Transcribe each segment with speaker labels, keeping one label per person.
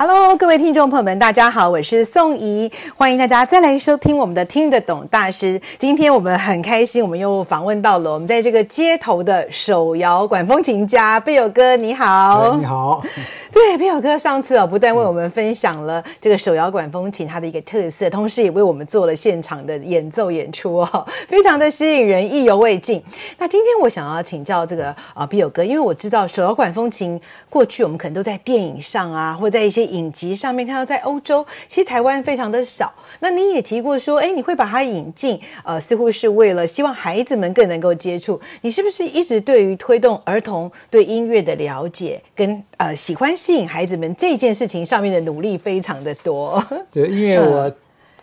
Speaker 1: Hello，各位听众朋友们，大家好，我是宋怡，欢迎大家再来收听我们的《听得懂大师》。今天我们很开心，我们又访问到了我们在这个街头的手摇管风琴家贝友哥，你好，
Speaker 2: 哎你好，
Speaker 1: 对，贝友哥上次哦，不但为我们分享了这个手摇管风琴它的一个特色，同时也为我们做了现场的演奏演出哦，非常的吸引人，意犹未尽。那今天我想要请教这个啊，贝友哥，因为我知道手摇管风琴过去我们可能都在电影上啊，或在一些影集上面看到，在欧洲其实台湾非常的少。那你也提过说，哎，你会把它引进，呃，似乎是为了希望孩子们更能够接触。你是不是一直对于推动儿童对音乐的了解跟呃喜欢吸引孩子们这件事情上面的努力非常的多？
Speaker 2: 对，因为我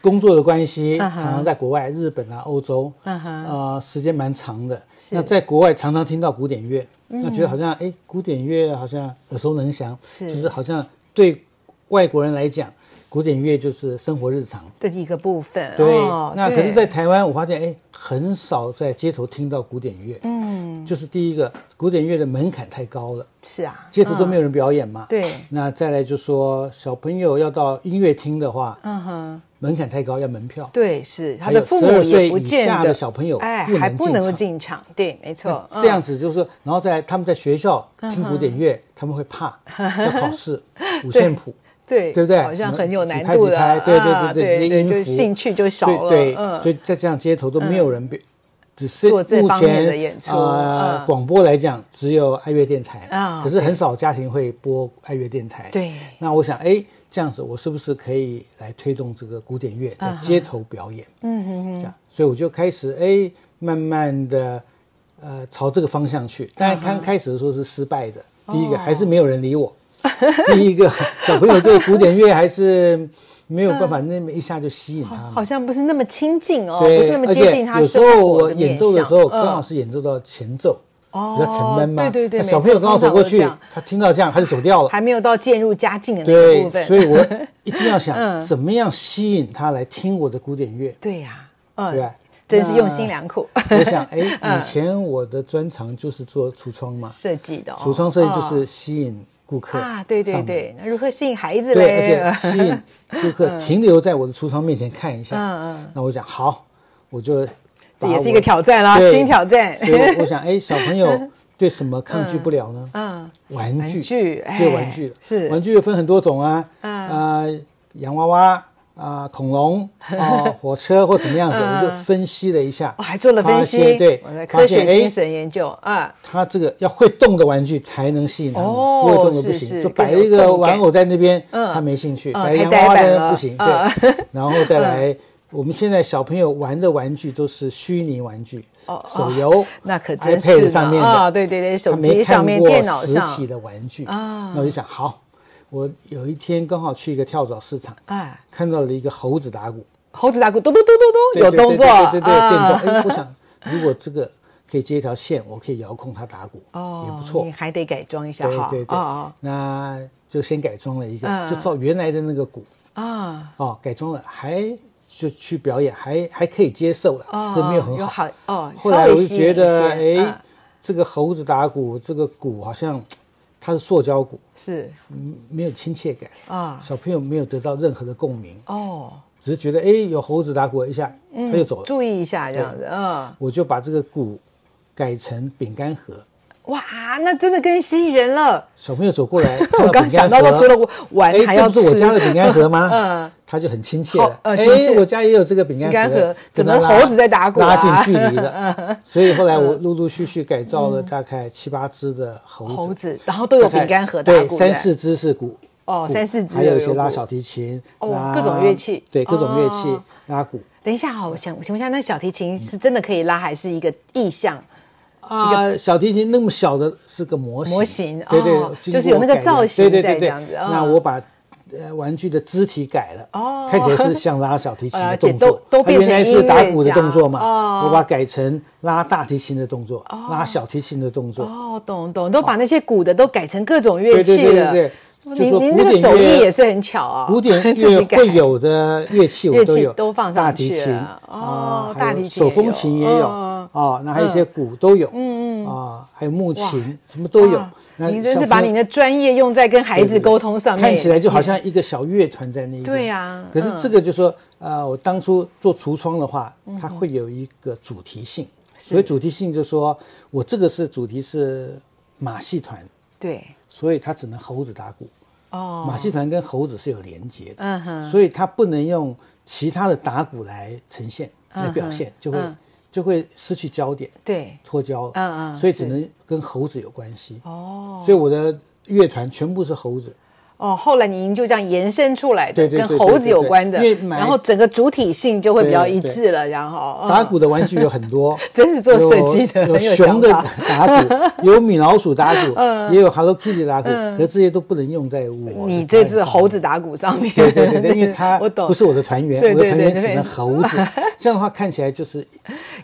Speaker 2: 工作的关系，
Speaker 1: 嗯哼
Speaker 2: 常常在国外，日本啊、欧洲，
Speaker 1: 嗯哼
Speaker 2: 呃，时间蛮长的。那在国外常常听到古典乐，
Speaker 1: 嗯
Speaker 2: 那觉得好像哎，古典乐好像耳熟能详，
Speaker 1: 是
Speaker 2: 就是好像对外国人来讲，古典乐就是生活日常。
Speaker 1: 这是一个部分。
Speaker 2: 对，
Speaker 1: 哦
Speaker 2: 那
Speaker 1: 对
Speaker 2: 可是，在台湾，我发现哎，很少在街头听到古典乐。嗯，就是第一个，古典乐的门槛太高了。
Speaker 1: 是啊，
Speaker 2: 街头都没有人表演嘛。
Speaker 1: 对
Speaker 2: 那再来就说小朋友要到音乐厅的话，
Speaker 1: 嗯哼，
Speaker 2: 门槛太高，要门票。
Speaker 1: 对，是他
Speaker 2: 还
Speaker 1: 的
Speaker 2: 有
Speaker 1: 父母
Speaker 2: 12岁
Speaker 1: 也不
Speaker 2: 以
Speaker 1: 见
Speaker 2: 下
Speaker 1: 得
Speaker 2: 的小朋友
Speaker 1: 哎，
Speaker 2: 不能
Speaker 1: 还不
Speaker 2: 进
Speaker 1: 能够
Speaker 2: 场
Speaker 1: 进场。对，没错，
Speaker 2: 这样
Speaker 1: 嗯
Speaker 2: 子就是说，然后在他们在学校听古典乐，他们会 怕要考试，五线谱，
Speaker 1: 对
Speaker 2: 对不对？
Speaker 1: 好像
Speaker 2: 什么
Speaker 1: 很有
Speaker 2: 几
Speaker 1: 难
Speaker 2: 拍
Speaker 1: 度
Speaker 2: 几
Speaker 1: 的
Speaker 2: 拍
Speaker 1: 啊，
Speaker 2: 对对
Speaker 1: 对
Speaker 2: 对，这些
Speaker 1: 对
Speaker 2: 音
Speaker 1: 就
Speaker 2: 符
Speaker 1: 兴趣就少
Speaker 2: 所以
Speaker 1: 了
Speaker 2: 对
Speaker 1: 嗯，
Speaker 2: 所以在这样街头都没有人表，只是
Speaker 1: 做这
Speaker 2: 目
Speaker 1: 方面的
Speaker 2: 前
Speaker 1: 演出
Speaker 2: 呃
Speaker 1: 嗯
Speaker 2: 广播来讲只有爱乐电台
Speaker 1: 啊
Speaker 2: 可是很少家庭会播爱乐电台。
Speaker 1: 对
Speaker 2: 那我想，哎，这样子我是不是可以来推动这个古典乐
Speaker 1: 啊
Speaker 2: 在街头表演？嗯哼哼，这样，所以我就开始哎，慢慢的呃朝这个方向去。
Speaker 1: 嗯
Speaker 2: 但刚开始的时候是失败的，第
Speaker 1: 哦
Speaker 2: 一个还是没有人理我，第一个小朋友对古典乐还是。没有办法，那么一下就吸引他们。
Speaker 1: 哦好像不是那么亲近嗯哦，
Speaker 2: 对，
Speaker 1: 不是那么接近他
Speaker 2: 而且
Speaker 1: 生
Speaker 2: 有时候
Speaker 1: 活
Speaker 2: 我
Speaker 1: 的
Speaker 2: 演
Speaker 1: 面
Speaker 2: 奏的
Speaker 1: 向。
Speaker 2: 时候，刚好是演奏到前奏，
Speaker 1: 哦
Speaker 2: 比较沉闷嘛。
Speaker 1: 对对对
Speaker 2: 那
Speaker 1: 没
Speaker 2: 小朋友
Speaker 1: 错
Speaker 2: 刚好走
Speaker 1: 通常
Speaker 2: 过
Speaker 1: 都是这
Speaker 2: 去
Speaker 1: 样，
Speaker 2: 他听到这样，他就走掉了。
Speaker 1: 还没有到渐入佳境的那个
Speaker 2: 对
Speaker 1: 部，分。嗯
Speaker 2: 所以我一定要想怎么样吸引他来听我的古典乐，
Speaker 1: 对呀、
Speaker 2: 对吧
Speaker 1: 嗯，？真是用心嗯良苦
Speaker 2: 那我想， 哎，以前我的专长就是做橱窗嘛，
Speaker 1: 设计的、哦。
Speaker 2: 橱窗设计就
Speaker 1: 哦
Speaker 2: 是吸引顾客
Speaker 1: 啊，对对
Speaker 2: 上门
Speaker 1: 对，那如何吸引孩子
Speaker 2: 对，而
Speaker 1: 嘞？
Speaker 2: 且吸引顾 客停留在我的橱窗面前看一下。
Speaker 1: 嗯
Speaker 2: 那我想好，我就
Speaker 1: 这
Speaker 2: 把
Speaker 1: 也是一
Speaker 2: 我
Speaker 1: 个挑战啦，
Speaker 2: 对
Speaker 1: 新挑战。
Speaker 2: 所以我我想，哎，小朋友对什么抗拒不了呢？
Speaker 1: 嗯，
Speaker 2: 玩具，
Speaker 1: 玩具
Speaker 2: 只有
Speaker 1: 哎
Speaker 2: 玩具了。
Speaker 1: 是
Speaker 2: 玩具又分很多种啊，
Speaker 1: 嗯
Speaker 2: 啊，洋娃娃啊，恐 龙啊，火车或怎么样子，
Speaker 1: 嗯
Speaker 2: 我就分析了一下，
Speaker 1: 我哦还做了分
Speaker 2: 发
Speaker 1: 析，
Speaker 2: 现对
Speaker 1: 我的，科
Speaker 2: 发现
Speaker 1: 学精
Speaker 2: 哎，
Speaker 1: 神研究啊，
Speaker 2: 他这个要会动的玩具才能吸引他们，
Speaker 1: 哦
Speaker 2: 不会动的不
Speaker 1: 是是
Speaker 2: 行，就摆一
Speaker 1: 更有
Speaker 2: 个
Speaker 1: 动感
Speaker 2: 玩偶在那边，
Speaker 1: 嗯
Speaker 2: 他没兴趣，
Speaker 1: 嗯
Speaker 2: 摆
Speaker 1: 太
Speaker 2: 洋娃娃
Speaker 1: 呆板
Speaker 2: 在那
Speaker 1: 了
Speaker 2: 边不行，
Speaker 1: 嗯
Speaker 2: 对， 然后再来。我们现在小朋友玩的玩具都是虚拟玩具，
Speaker 1: 哦
Speaker 2: 手游，
Speaker 1: 那可真是
Speaker 2: iPad
Speaker 1: 呢
Speaker 2: 上面的，
Speaker 1: 啊对对对手
Speaker 2: 他
Speaker 1: 机
Speaker 2: 没
Speaker 1: 上
Speaker 2: 看
Speaker 1: 面
Speaker 2: 过
Speaker 1: 电脑
Speaker 2: 实
Speaker 1: 上
Speaker 2: 体的玩具
Speaker 1: 啊
Speaker 2: 那我就想，好，我有一天刚好去一个跳蚤市场，
Speaker 1: 哎，
Speaker 2: 看到了一个猴子打鼓，
Speaker 1: 猴子打鼓，嘟嘟嘟嘟嘟，
Speaker 2: 对
Speaker 1: 有
Speaker 2: 对
Speaker 1: 动作，
Speaker 2: 对对对对对，电
Speaker 1: 啊
Speaker 2: 动。哎，我想如果这个可以接一条线，我可以遥控它打鼓，
Speaker 1: 哦，
Speaker 2: 也不错
Speaker 1: 你。还得改装一下
Speaker 2: 对
Speaker 1: 哈，
Speaker 2: 对对，
Speaker 1: 哦
Speaker 2: 那就先改装了一个，
Speaker 1: 嗯
Speaker 2: 就照原来的那个鼓
Speaker 1: 哦啊，
Speaker 2: 哦，改装了，还就去表演，还还可以接受了，
Speaker 1: 哦
Speaker 2: 这没有很
Speaker 1: 有好哦
Speaker 2: 后来我
Speaker 1: 稍
Speaker 2: 就
Speaker 1: 微吸引一
Speaker 2: 觉
Speaker 1: 些
Speaker 2: 得，哎、
Speaker 1: 嗯
Speaker 2: 这个猴子打鼓，这个鼓好像它是塑胶鼓，
Speaker 1: 是
Speaker 2: 嗯没有亲切感
Speaker 1: 啊
Speaker 2: 小朋友没有得到任何的共鸣，
Speaker 1: 哦，
Speaker 2: 只是觉得哎有猴子打鼓一下，
Speaker 1: 嗯
Speaker 2: 他就走了。
Speaker 1: 注意一下这样子，嗯，
Speaker 2: 我就把这个鼓改成饼干盒，
Speaker 1: 哇，那真的更吸引人了。
Speaker 2: 小朋友走过 来，看
Speaker 1: 我刚
Speaker 2: 饼干
Speaker 1: 想到
Speaker 2: 盒
Speaker 1: 说，除了玩
Speaker 2: 哎，
Speaker 1: 还要
Speaker 2: 这不是我
Speaker 1: 吃
Speaker 2: 家的饼干盒吗？
Speaker 1: 嗯
Speaker 2: 他就很亲切了
Speaker 1: 好。呃亲
Speaker 2: 哎
Speaker 1: 切，
Speaker 2: 我家也有这个饼
Speaker 1: 饼
Speaker 2: 干
Speaker 1: 干盒
Speaker 2: 盒，
Speaker 1: 怎
Speaker 2: 跟
Speaker 1: 么
Speaker 2: 他拉
Speaker 1: 猴子在打鼓啊嗯
Speaker 2: 拉近距离 了。所以后来我陆陆续续改造了大概七八只的猴子，
Speaker 1: 猴子，然后都有
Speaker 2: 大概
Speaker 1: 饼干盒打
Speaker 2: 对，
Speaker 1: 鼓，
Speaker 2: 三四只是鼓，
Speaker 1: 哦
Speaker 2: 鼓
Speaker 1: 三四只
Speaker 2: 还有一
Speaker 1: 有
Speaker 2: 些
Speaker 1: 鼓
Speaker 2: 拉小提琴，
Speaker 1: 哦
Speaker 2: 拉
Speaker 1: 各种乐器
Speaker 2: 对，各种乐器
Speaker 1: 哦
Speaker 2: 拉鼓。
Speaker 1: 等一下哈，我想请问一下，那小提琴是真的可以拉，还是一个意象？
Speaker 2: 啊，小提琴那么小的是个模型，
Speaker 1: 模型
Speaker 2: 对对
Speaker 1: 哦，
Speaker 2: 经
Speaker 1: 就是
Speaker 2: 过
Speaker 1: 有那个
Speaker 2: 改
Speaker 1: 造
Speaker 2: 良
Speaker 1: 型
Speaker 2: 对对
Speaker 1: 在
Speaker 2: 对
Speaker 1: 这
Speaker 2: 对
Speaker 1: 样子。哦
Speaker 2: 那我把呃玩具的肢体改了，
Speaker 1: 哦
Speaker 2: 看起来是像拉小提琴
Speaker 1: 哦了
Speaker 2: 的
Speaker 1: 解
Speaker 2: 动作，
Speaker 1: 都都
Speaker 2: 它
Speaker 1: 变
Speaker 2: 原来
Speaker 1: 成
Speaker 2: 是
Speaker 1: 音
Speaker 2: 打
Speaker 1: 乐
Speaker 2: 鼓的
Speaker 1: 家
Speaker 2: 动作嘛，
Speaker 1: 哦
Speaker 2: 我把它改成拉大提琴的动作，拉小提琴的动作，
Speaker 1: 哦，懂懂，都把那些鼓的都改成各种乐
Speaker 2: 对对
Speaker 1: 器
Speaker 2: 对
Speaker 1: 了。
Speaker 2: 对对，就
Speaker 1: 您
Speaker 2: 说
Speaker 1: 您
Speaker 2: 古
Speaker 1: 这个
Speaker 2: 典
Speaker 1: 手艺
Speaker 2: 乐
Speaker 1: 也是很巧啊，
Speaker 2: 古典
Speaker 1: 自己
Speaker 2: 乐
Speaker 1: 改
Speaker 2: 会有的乐器我
Speaker 1: 乐
Speaker 2: 都
Speaker 1: 器
Speaker 2: 有，
Speaker 1: 都放上
Speaker 2: 大提
Speaker 1: 去
Speaker 2: 琴
Speaker 1: 了
Speaker 2: 啊
Speaker 1: 哦
Speaker 2: 还有
Speaker 1: 大提琴
Speaker 2: 手
Speaker 1: 也有
Speaker 2: 风琴也有
Speaker 1: 嗯
Speaker 2: 啊，那还有一些鼓都有，嗯嗯啊，还有木琴什么都有
Speaker 1: 哇。
Speaker 2: 那
Speaker 1: 您真
Speaker 2: 小
Speaker 1: 是把
Speaker 2: 朋友
Speaker 1: 哦你的专业用在跟孩
Speaker 2: 对
Speaker 1: 子
Speaker 2: 对对
Speaker 1: 沟通上面，
Speaker 2: 看起来就好像一个小乐团在那一边。
Speaker 1: 对呀嗯
Speaker 2: 可是这个就说，呃，我当初做橱窗的话，它
Speaker 1: 嗯
Speaker 2: 会有一个主题性。所以主题性就说我这个是主题是马戏团，
Speaker 1: 对
Speaker 2: 所以它只能猴子打鼓。
Speaker 1: 哦，
Speaker 2: 马戏团跟猴子是有连接的，
Speaker 1: 嗯哼
Speaker 2: 所以它不能用其他的打鼓来呈现、来表现，就会、就会失去焦点，
Speaker 1: 嗯对
Speaker 2: 脱焦了。
Speaker 1: 嗯嗯
Speaker 2: 所以只
Speaker 1: 是
Speaker 2: 能跟猴子有关系。
Speaker 1: 哦
Speaker 2: 所以我的乐团全部是猴子。
Speaker 1: 哦，后来您就这样延伸出来的，
Speaker 2: 对对
Speaker 1: 跟
Speaker 2: 对对
Speaker 1: 猴子有关的
Speaker 2: 对对对因为，买
Speaker 1: 然后整个主体性就会比较
Speaker 2: 对
Speaker 1: 一
Speaker 2: 对
Speaker 1: 致了，然后嗯，
Speaker 2: 打鼓的玩具有很多
Speaker 1: 真是做设计的
Speaker 2: 有
Speaker 1: 很有
Speaker 2: 有熊的
Speaker 1: 想嗯
Speaker 2: 打 鼓，有米老鼠打鼓，也有 Hello Kitty 打鼓，可是这些都不能用在我。
Speaker 1: 你这只猴。子打鼓上面，
Speaker 2: 对对对对，因为它
Speaker 1: 我懂，
Speaker 2: 不是我的团员，
Speaker 1: 对
Speaker 2: 我的
Speaker 1: 对
Speaker 2: 团
Speaker 1: 对
Speaker 2: 员
Speaker 1: 对
Speaker 2: 只能猴 子，这样的话看起来就是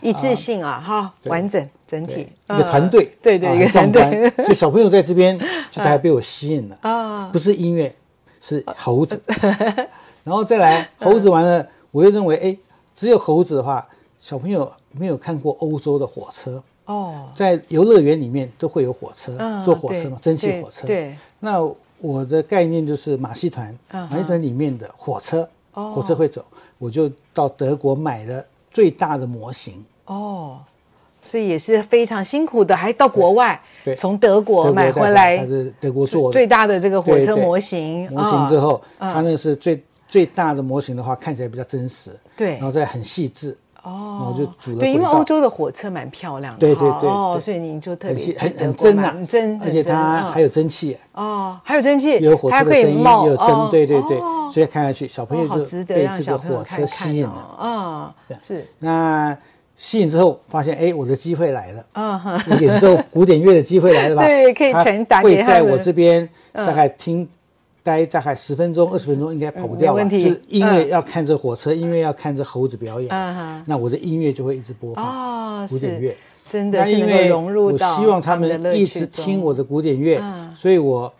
Speaker 1: 一致性啊，哈，完整整体
Speaker 2: 对一个
Speaker 1: 嗯
Speaker 2: 团队，
Speaker 1: 对对
Speaker 2: 啊
Speaker 1: 一个
Speaker 2: 很
Speaker 1: 团
Speaker 2: 壮观
Speaker 1: 队
Speaker 2: 所以小朋友在这 边就他被我吸引了
Speaker 1: 啊
Speaker 2: 不是音乐，是猴子。
Speaker 1: 呃
Speaker 2: 然后再来猴子完了，我又认为，哎，只有猴子的话，小朋友没有看过欧洲的火车。
Speaker 1: 哦，
Speaker 2: 在游乐园里面都会有火车，坐火车嘛，
Speaker 1: 嗯对
Speaker 2: 蒸汽火车。
Speaker 1: 对对
Speaker 2: 那我的概念就是马戏团，
Speaker 1: 嗯哦哼
Speaker 2: 马戏团里面的火车，火车会走，我就到德国买了最大的模型，
Speaker 1: 哦，所以也是非常辛苦的，还到国外
Speaker 2: 对，对
Speaker 1: 从德
Speaker 2: 德
Speaker 1: 国
Speaker 2: 国
Speaker 1: 买
Speaker 2: 带
Speaker 1: 回
Speaker 2: 回
Speaker 1: 来
Speaker 2: 它是德国做的
Speaker 1: 最大的这个火
Speaker 2: 对
Speaker 1: 车
Speaker 2: 对
Speaker 1: 模型，
Speaker 2: 模型之
Speaker 1: 啊
Speaker 2: 后，它那个是最最大的模型的话，看起来比较真实，
Speaker 1: 对
Speaker 2: 然后再很细致，然后
Speaker 1: 哦，
Speaker 2: 就组了
Speaker 1: 对，因为
Speaker 2: 轨道
Speaker 1: 欧洲的火车蛮漂亮的，
Speaker 2: 对对
Speaker 1: 哈
Speaker 2: 对
Speaker 1: 哦，
Speaker 2: 对
Speaker 1: 所以您就特
Speaker 2: 很
Speaker 1: 别
Speaker 2: 细很
Speaker 1: 德
Speaker 2: 很
Speaker 1: 国
Speaker 2: 真
Speaker 1: 买
Speaker 2: 啊
Speaker 1: 很真，
Speaker 2: 而且它还
Speaker 1: 有
Speaker 2: 有蒸汽，
Speaker 1: 哦，还有蒸汽，
Speaker 2: 有火
Speaker 1: 它
Speaker 2: 车的
Speaker 1: 可以
Speaker 2: 声音，
Speaker 1: 冒
Speaker 2: 也有
Speaker 1: 哦
Speaker 2: 灯，对对对
Speaker 1: 哦，
Speaker 2: 所以看下去小朋
Speaker 1: 哦，
Speaker 2: 友
Speaker 1: 好
Speaker 2: 就
Speaker 1: 值得
Speaker 2: 被
Speaker 1: 让
Speaker 2: 这
Speaker 1: 小
Speaker 2: 个
Speaker 1: 朋友
Speaker 2: 火
Speaker 1: 看
Speaker 2: 车
Speaker 1: 看
Speaker 2: 吸引了。
Speaker 1: 哦，啊，是，
Speaker 2: 那吸引之后发现，哎，我的机会来了，
Speaker 1: 嗯哼，
Speaker 2: 我演奏古典乐的机会来了吧？
Speaker 1: 对可以传
Speaker 2: 他
Speaker 1: 达给
Speaker 2: 会
Speaker 1: 他
Speaker 2: 在
Speaker 1: 们嗯
Speaker 2: 我这边大概听。待大概十分钟、二十分钟应该跑不掉
Speaker 1: 没
Speaker 2: 吧？
Speaker 1: 问题
Speaker 2: 就是因为要看这火车，因为要看这猴子表演，
Speaker 1: 嗯哼
Speaker 2: 那我的音乐就会一直播放。
Speaker 1: 哦，
Speaker 2: 嗯古典
Speaker 1: 是
Speaker 2: 乐，
Speaker 1: 真的
Speaker 2: 那
Speaker 1: 是
Speaker 2: 因
Speaker 1: 能够
Speaker 2: 为
Speaker 1: 融入
Speaker 2: 我
Speaker 1: 到
Speaker 2: 希望他
Speaker 1: 们的乐
Speaker 2: 们一
Speaker 1: 趣
Speaker 2: 直
Speaker 1: 中
Speaker 2: 听我的古典乐
Speaker 1: 嗯，
Speaker 2: 所以我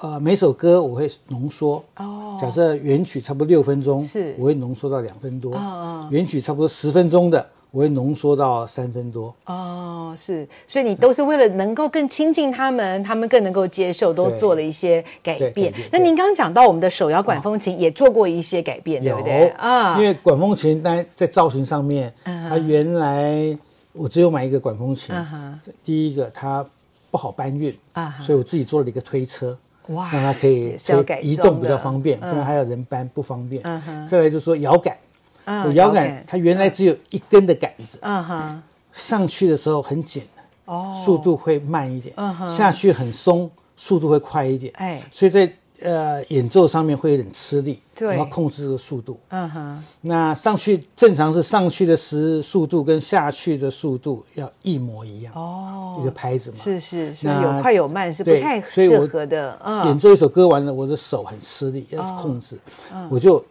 Speaker 2: 呃每首歌我会浓缩。
Speaker 1: 哦
Speaker 2: 假设原曲差不多六分钟，
Speaker 1: 是
Speaker 2: 我会浓缩到两分多
Speaker 1: 嗯嗯；
Speaker 2: 原曲差不多十分钟的，我会浓缩到三分多。
Speaker 1: 哦，是，所以你都是为了能够更亲近他们，他们更能够接受，都
Speaker 2: 对
Speaker 1: 做了一些改
Speaker 2: 对改
Speaker 1: 变
Speaker 2: 变。
Speaker 1: 那您刚刚讲到我们的手摇管风琴也做过一些改变，对
Speaker 2: 有
Speaker 1: 不对？啊，
Speaker 2: 因为管风琴在在造型上面，
Speaker 1: 嗯哼
Speaker 2: 它原来我只有买一个管风琴
Speaker 1: 嗯哼，
Speaker 2: 第一个它不好搬运
Speaker 1: 啊哈，
Speaker 2: 所以我自己做了一个推车。
Speaker 1: 哇
Speaker 2: 让它可以
Speaker 1: 也是要
Speaker 2: 可
Speaker 1: 改
Speaker 2: 以移
Speaker 1: 装
Speaker 2: 动比较
Speaker 1: 的
Speaker 2: 方便，不
Speaker 1: 嗯
Speaker 2: 然还有人搬不方便
Speaker 1: 嗯哼。
Speaker 2: 再来就说摇杆，
Speaker 1: 啊
Speaker 2: 我摇
Speaker 1: 摇
Speaker 2: 杆
Speaker 1: 杆
Speaker 2: 它原来只有一根的杆子，
Speaker 1: 嗯哼，
Speaker 2: 上去的时候很紧，
Speaker 1: 哦，
Speaker 2: 速度会慢一点
Speaker 1: 嗯哼；
Speaker 2: 下去很松，速度会快一点。
Speaker 1: 哎
Speaker 2: 所以在呃演奏上面会有点吃力，
Speaker 1: 对
Speaker 2: 我要控制这个速度。
Speaker 1: 嗯哼，
Speaker 2: 那上去正常是上去的时速度跟下去的速度要一模一样，
Speaker 1: 哦，
Speaker 2: 一个拍子嘛。
Speaker 1: 是是，所以
Speaker 2: 那
Speaker 1: 有快有慢是不
Speaker 2: 对
Speaker 1: 太
Speaker 2: 所以
Speaker 1: 适
Speaker 2: 我
Speaker 1: 合的，
Speaker 2: 演
Speaker 1: 嗯，哦
Speaker 2: 奏一首歌完了，我的手很吃力，要控制，
Speaker 1: 嗯
Speaker 2: 我就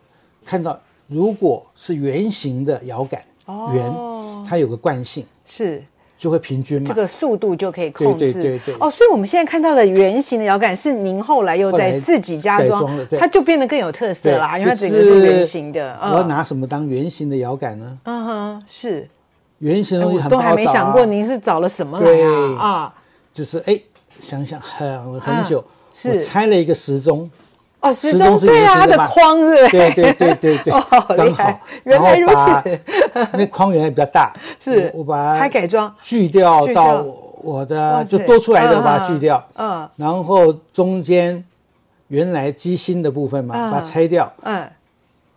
Speaker 2: 看到，如果是圆形的摇杆，
Speaker 1: 哦
Speaker 2: 圆，它有个惯性，
Speaker 1: 是。
Speaker 2: 就会平均嘛。
Speaker 1: 这个速度就可以控制。
Speaker 2: 对对对对
Speaker 1: 哦，所以我们现在看到的圆形的摇杆是您后来又
Speaker 2: 后来
Speaker 1: 在自己加
Speaker 2: 改
Speaker 1: 装，
Speaker 2: 装了对
Speaker 1: 它就变得更有特色
Speaker 2: 对
Speaker 1: 啦，因为它
Speaker 2: 就
Speaker 1: 整个是圆形的。
Speaker 2: 我要拿什么当圆形的摇杆呢？
Speaker 1: 嗯哼，是。
Speaker 2: 圆形的
Speaker 1: 哎
Speaker 2: 东西
Speaker 1: 我
Speaker 2: 很不
Speaker 1: 都
Speaker 2: 好找、啊
Speaker 1: 还没想过您是找了什么来
Speaker 2: 对
Speaker 1: 啊啊！
Speaker 2: 就是哎，想想很很久，
Speaker 1: 嗯是
Speaker 2: 我拆了一个时钟。
Speaker 1: 哦，时
Speaker 2: 时
Speaker 1: 钟
Speaker 2: 钟是
Speaker 1: 对
Speaker 2: 圆
Speaker 1: 啊，
Speaker 2: 形
Speaker 1: 它
Speaker 2: 的
Speaker 1: 的
Speaker 2: 嘛
Speaker 1: 框是 不是
Speaker 2: 对对对对对，
Speaker 1: 哦，好厉
Speaker 2: 刚好
Speaker 1: 害，，原来如
Speaker 2: 然后把
Speaker 1: 此。
Speaker 2: 那框原来比较大，
Speaker 1: 是
Speaker 2: 我我把
Speaker 1: 还改装
Speaker 2: 锯掉
Speaker 1: 锯
Speaker 2: 到
Speaker 1: 掉
Speaker 2: 我
Speaker 1: 哇
Speaker 2: 的
Speaker 1: 塞
Speaker 2: 就多出来的，
Speaker 1: 嗯
Speaker 2: 我把它锯掉，
Speaker 1: 嗯
Speaker 2: 然后中间原来机芯的部分嘛，
Speaker 1: 嗯
Speaker 2: 把它拆掉，
Speaker 1: 嗯，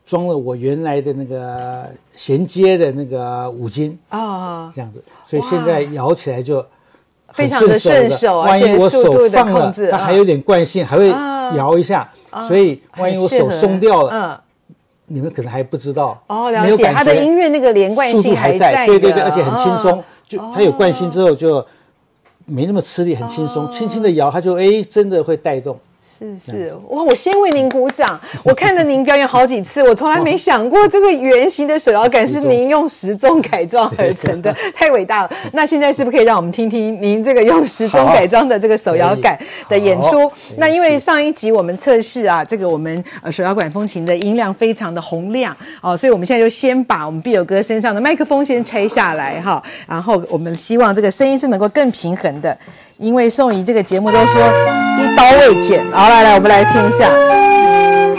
Speaker 2: 装了我原来的那个衔接的那个五金，
Speaker 1: 哦，
Speaker 2: 这样子，所以现在摇起来就很
Speaker 1: 非常的顺
Speaker 2: 顺
Speaker 1: 手
Speaker 2: 手
Speaker 1: 而
Speaker 2: 万
Speaker 1: 且
Speaker 2: 一我
Speaker 1: 速
Speaker 2: 手
Speaker 1: 度的
Speaker 2: 放
Speaker 1: 控
Speaker 2: 了
Speaker 1: 制，啊
Speaker 2: 它
Speaker 1: 嗯
Speaker 2: 还有点惯性，还会摇一下，所以万一我
Speaker 1: 很适
Speaker 2: 手
Speaker 1: 合
Speaker 2: 松掉了，
Speaker 1: 嗯，
Speaker 2: 你们可能还不知道
Speaker 1: 哦，
Speaker 2: 没
Speaker 1: 了
Speaker 2: 有
Speaker 1: 解，
Speaker 2: 感
Speaker 1: 它的
Speaker 2: 觉
Speaker 1: 音乐那个连贯
Speaker 2: 速
Speaker 1: 性
Speaker 2: 度还
Speaker 1: 在的，
Speaker 2: 对对对，而且很轻
Speaker 1: 嗯
Speaker 2: 松，就它有惯性之后就没那么吃力，很轻
Speaker 1: 哦
Speaker 2: 松，轻轻的摇，它就哎真的会带动。
Speaker 1: 是是，哇！我先为您鼓掌。我看了您表演好几次，我从来没想过这个圆形的手摇杆是您用时钟改装而 成的，太伟大了。那现在是不是可以让我们听听您这个用时
Speaker 2: 啊
Speaker 1: 钟改装的这个手摇杆的演出
Speaker 2: 好？
Speaker 1: 那因为上一集我们测试啊，这个我们呃手摇管风琴的音量非常的洪亮哦，所以我们现在就先把我们碧友哥身上的麦克风先拆下来哈，然后我们希望这个声音是能够更平衡的。因为宋怡这个节目都说一刀未剪。好，来来，我们来听一下。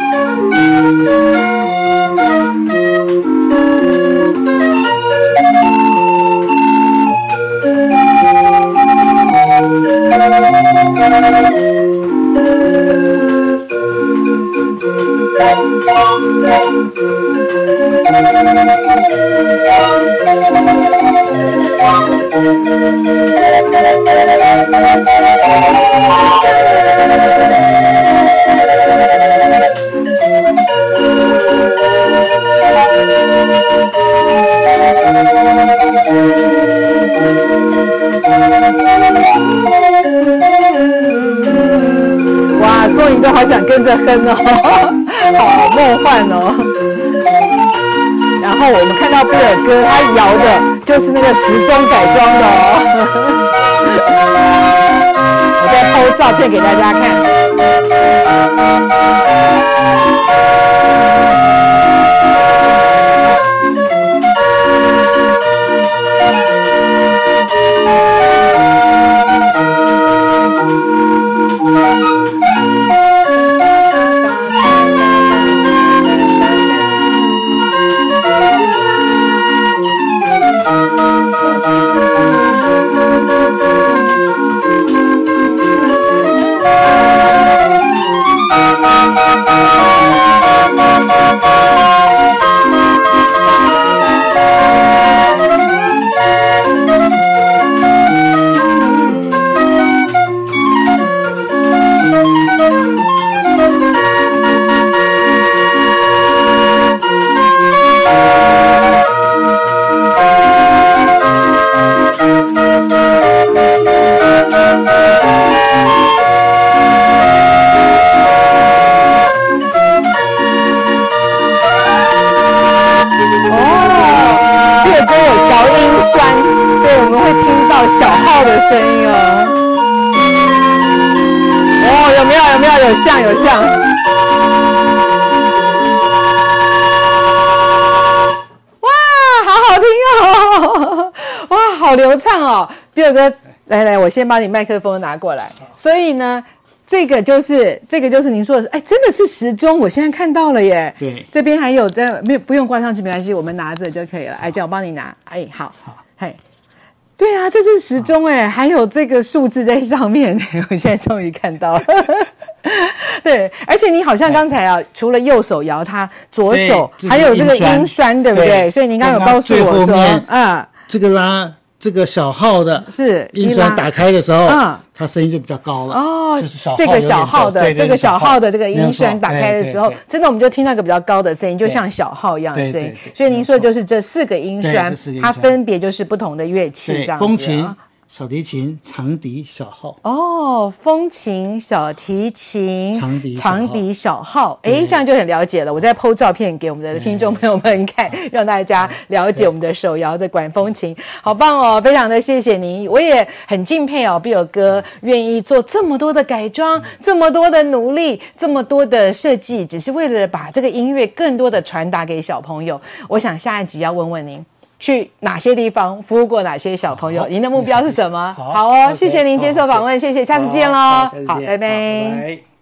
Speaker 1: 哇，所以都好想跟着哼哦， 好梦幻哦。然后我们看到贝尔哥，他摇的就是那个时钟改装的哦。 我再抛照片给大家看。哦，这个歌有调音酸，所以我们会听到小号的声音哦。哦，有没有？有没有？有像有像。哇，好好听哦！哇，好流畅哦，比尔哥，来来，我先把你麦克风拿过来。所以呢。这个就是这个就是您说的，哎，真的是时钟，我现在看到了耶。
Speaker 2: 对
Speaker 1: 这边还有这没有不用挂上去没关系，我们拿着就可以了。哎，这样我帮你拿。哎，好，嘿，对啊，这是时钟哎，还有这个数字在上面， 我现在终于看到了。 对，而且你好像刚才啊，除了右手摇它，左手
Speaker 2: 对这是
Speaker 1: 还有这个
Speaker 2: 音栓
Speaker 1: 音栓，对不对？
Speaker 2: 对
Speaker 1: 所以您刚刚有告诉我
Speaker 2: 刚刚最
Speaker 1: 说
Speaker 2: 后面，
Speaker 1: 啊，
Speaker 2: 这个拉这个小号的
Speaker 1: 是
Speaker 2: 音
Speaker 1: 一拉
Speaker 2: 栓打开的时候，
Speaker 1: 嗯
Speaker 2: 它声音就比较高了。就
Speaker 1: 哦
Speaker 2: 是小，号
Speaker 1: 这
Speaker 2: 有
Speaker 1: 个
Speaker 2: 点
Speaker 1: 小号
Speaker 2: 走
Speaker 1: 的
Speaker 2: 对对
Speaker 1: 这个
Speaker 2: 小
Speaker 1: 小
Speaker 2: 号
Speaker 1: 号的这个
Speaker 2: 没
Speaker 1: 音
Speaker 2: 有
Speaker 1: 栓
Speaker 2: 错哎
Speaker 1: 打开的时候
Speaker 2: 对对，
Speaker 1: 真的我们就听到一个比较高的声音，就
Speaker 2: 对
Speaker 1: 像小号一样的声
Speaker 2: 对
Speaker 1: 音
Speaker 2: 对对。
Speaker 1: 所以您说的就是这四个音
Speaker 2: 对
Speaker 1: 栓
Speaker 2: 这四个，音
Speaker 1: 它
Speaker 2: 栓
Speaker 1: 分别就是不同的乐器，这
Speaker 2: 对
Speaker 1: 样子啊。，
Speaker 2: 风琴、小提琴、长笛、小号。
Speaker 1: 哦，风琴、小提琴、
Speaker 2: 长笛小号
Speaker 1: 笛小号，哎，这样就很了解了。我再剖照片给我们的听众朋友们看，让大家了解我们的手摇的管风琴，好棒哦！非常的谢谢您，我也很敬佩哦，碧友哥愿意做这么多的改
Speaker 2: 嗯
Speaker 1: 装，这么多的努力，这么多的设计，只是为了把这个音乐更多的传达给小朋友。我想下一集要问问您。去哪些地方服务过哪些小朋友？
Speaker 2: 好
Speaker 1: 您的目标是什么？
Speaker 2: 好
Speaker 1: 好哦，
Speaker 2: ，OK，
Speaker 1: 谢谢您接受
Speaker 2: 好
Speaker 1: 访问，谢谢，下次见喽，
Speaker 2: 好下次见，
Speaker 1: 好，
Speaker 2: 拜
Speaker 1: 拜拜。
Speaker 2: 拜